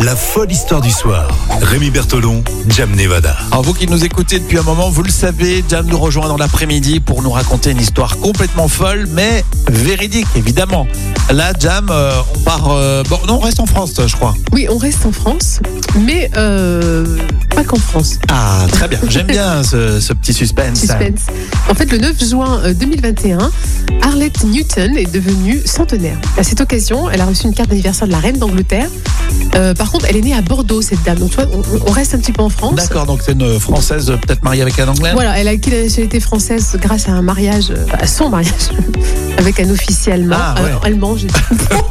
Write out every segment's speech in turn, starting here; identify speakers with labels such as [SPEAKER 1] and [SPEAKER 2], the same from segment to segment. [SPEAKER 1] La folle histoire du soir. Rémi Bertolon, Jam Nevada.
[SPEAKER 2] Alors vous qui nous écoutez depuis un moment, vous le savez, Jam nous rejoint dans l'après-midi pour nous raconter une histoire complètement folle, mais véridique, évidemment. Là, Jam, euh, on part... euh, bon, non, on reste en France, je crois.
[SPEAKER 3] Oui, on reste en France, mais euh, pas qu'en France.
[SPEAKER 2] Ah, très bien. J'aime bien ce, ce petit suspense.
[SPEAKER 3] Suspense. En fait, le 9 juin euh, 2021, Arlette Newton est devenue centenaire. À cette occasion, elle a reçu une carte d'anniversaire de la reine d'Angleterre. Euh, par contre, elle est née à Bordeaux, cette dame. Donc, tu vois, on, on reste un petit peu en France.
[SPEAKER 2] D'accord, donc c'est une Française euh, peut-être mariée avec un Anglais
[SPEAKER 3] Voilà, elle a acquis la nationalité française grâce à un mariage, euh, à son mariage, avec un officier allemand.
[SPEAKER 2] Ah, ouais.
[SPEAKER 3] Euh, allemand, j'ai dit.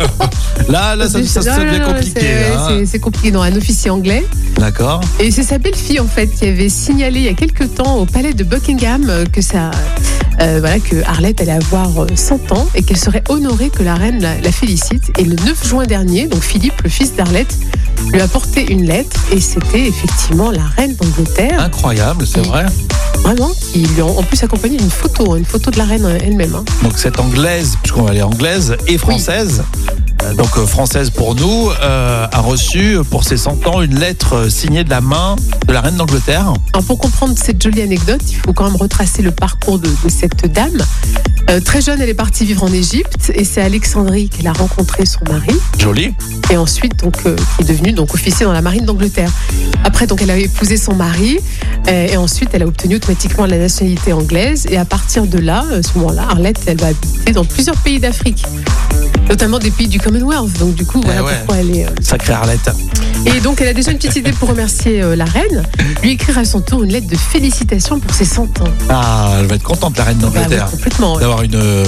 [SPEAKER 2] Là, là, ça, ça, ça
[SPEAKER 3] Non,
[SPEAKER 2] devient
[SPEAKER 3] non, non,
[SPEAKER 2] compliqué.
[SPEAKER 3] c'est-
[SPEAKER 2] là, hein.
[SPEAKER 3] c'est- C'est compliqué. Non, un officier anglais.
[SPEAKER 2] D'accord.
[SPEAKER 3] Et c'est sa belle-fille en fait qui avait signalé il y a quelques temps au palais de Buckingham euh, que ça, euh, voilà, que Arlette allait avoir euh, 100 ans et qu'elle serait honorée que la reine la, la félicite. Et le 9 juin dernier, donc Philippe, le fils d'Arlette, lui a porté une lettre et c'était effectivement la reine d'Angleterre,
[SPEAKER 2] Incroyable, c'est vrai.
[SPEAKER 3] vraiment, qui lui a en plus accompagné d'une photo, hein, une photo de la reine euh, elle-même. hein.
[SPEAKER 2] Donc cette anglaise, puisqu'on va aller anglaise et française, euh, donc euh, française pour nous, euh, a reçu euh, pour ses 100 ans une lettre euh, signée de la main de la reine d'Angleterre.
[SPEAKER 3] Alors pour comprendre cette jolie anecdote, il faut quand même retracer le parcours de, de cette dame. Euh, très jeune, elle est partie vivre en Égypte et c'est à Alexandrie qu'elle a rencontré son mari.
[SPEAKER 2] Jolie.
[SPEAKER 3] et ensuite donc euh, qui est devenue donc officier dans la marine d'Angleterre. Après donc elle a épousé son mari euh, et ensuite elle a obtenu automatiquement la nationalité anglaise et à partir de là, euh, à ce moment-là, Arlette elle va habiter dans plusieurs pays d'Afrique, notamment des pays du Commonwealth. Donc du coup voilà
[SPEAKER 2] Eh ouais.
[SPEAKER 3] pourquoi elle est. euh,
[SPEAKER 2] Sacrée Arlette.
[SPEAKER 3] Et donc elle a déjà une petite idée pour remercier euh, la reine, lui écrire à son tour une lettre de félicitations pour ses 100 ans.
[SPEAKER 2] Ah, elle va être contente, la reine
[SPEAKER 3] Bah, oui,
[SPEAKER 2] d'Angleterre,
[SPEAKER 3] complètement.
[SPEAKER 2] d'avoir une, euh,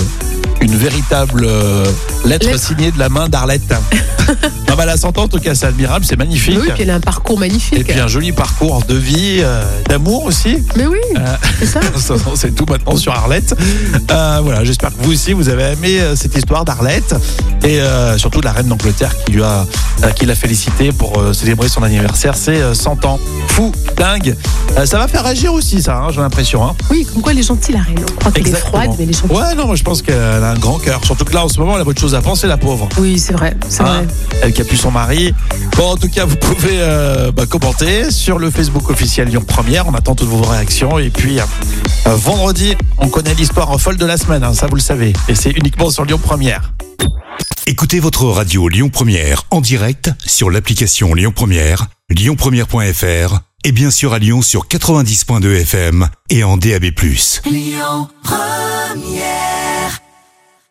[SPEAKER 2] une véritable euh, lettre,
[SPEAKER 3] Lettre.
[SPEAKER 2] signée de la main d'Arlette. non, bah, la 100 ans, en tout cas, c'est admirable, c'est magnifique.
[SPEAKER 3] Mais oui, puis elle a un parcours
[SPEAKER 2] et
[SPEAKER 3] magnifique.
[SPEAKER 2] puis un joli parcours de vie, euh, d'amour aussi.
[SPEAKER 3] Mais oui,
[SPEAKER 2] Euh,
[SPEAKER 3] c'est ça.
[SPEAKER 2] Ça, C'est tout maintenant sur Arlette. Euh, voilà, j'espère que vous aussi vous avez aimé euh, cette histoire d'Arlette et euh, surtout de la reine d'Angleterre qui lui a euh, qui l'a félicité pour euh, célébrer son anniversaire, c'est 100 ans. Fou, dingue. Euh, ça va faire agir aussi ça, hein, j'ai l'impression. hein.
[SPEAKER 3] Oui, comme quoi elle est gentille la reine. On croit qu'elle est
[SPEAKER 2] Exactement.
[SPEAKER 3] froide, mais elle est gentille.
[SPEAKER 2] Ouais, non, moi je pense qu'elle a un grand cœur. Surtout que là en ce moment, elle a autre chose à penser, la pauvre.
[SPEAKER 3] Oui, c'est vrai, c'est
[SPEAKER 2] Hein,
[SPEAKER 3] vrai.
[SPEAKER 2] elle qui a pu son mari. Bon, en tout cas, vous pouvez euh, bah, commenter sur le Facebook officiel Lyon Première. On attend toutes vos réactions. Et puis, euh, euh, vendredi, on connaît l'histoire en folle de la semaine. hein, ça, vous le savez. Et c'est uniquement sur Lyon Première.
[SPEAKER 1] Écoutez votre radio Lyon Première en direct sur l'application Lyon Première, lyonpremière.fr et bien sûr à Lyon sur 90.2 FM et en DAB+.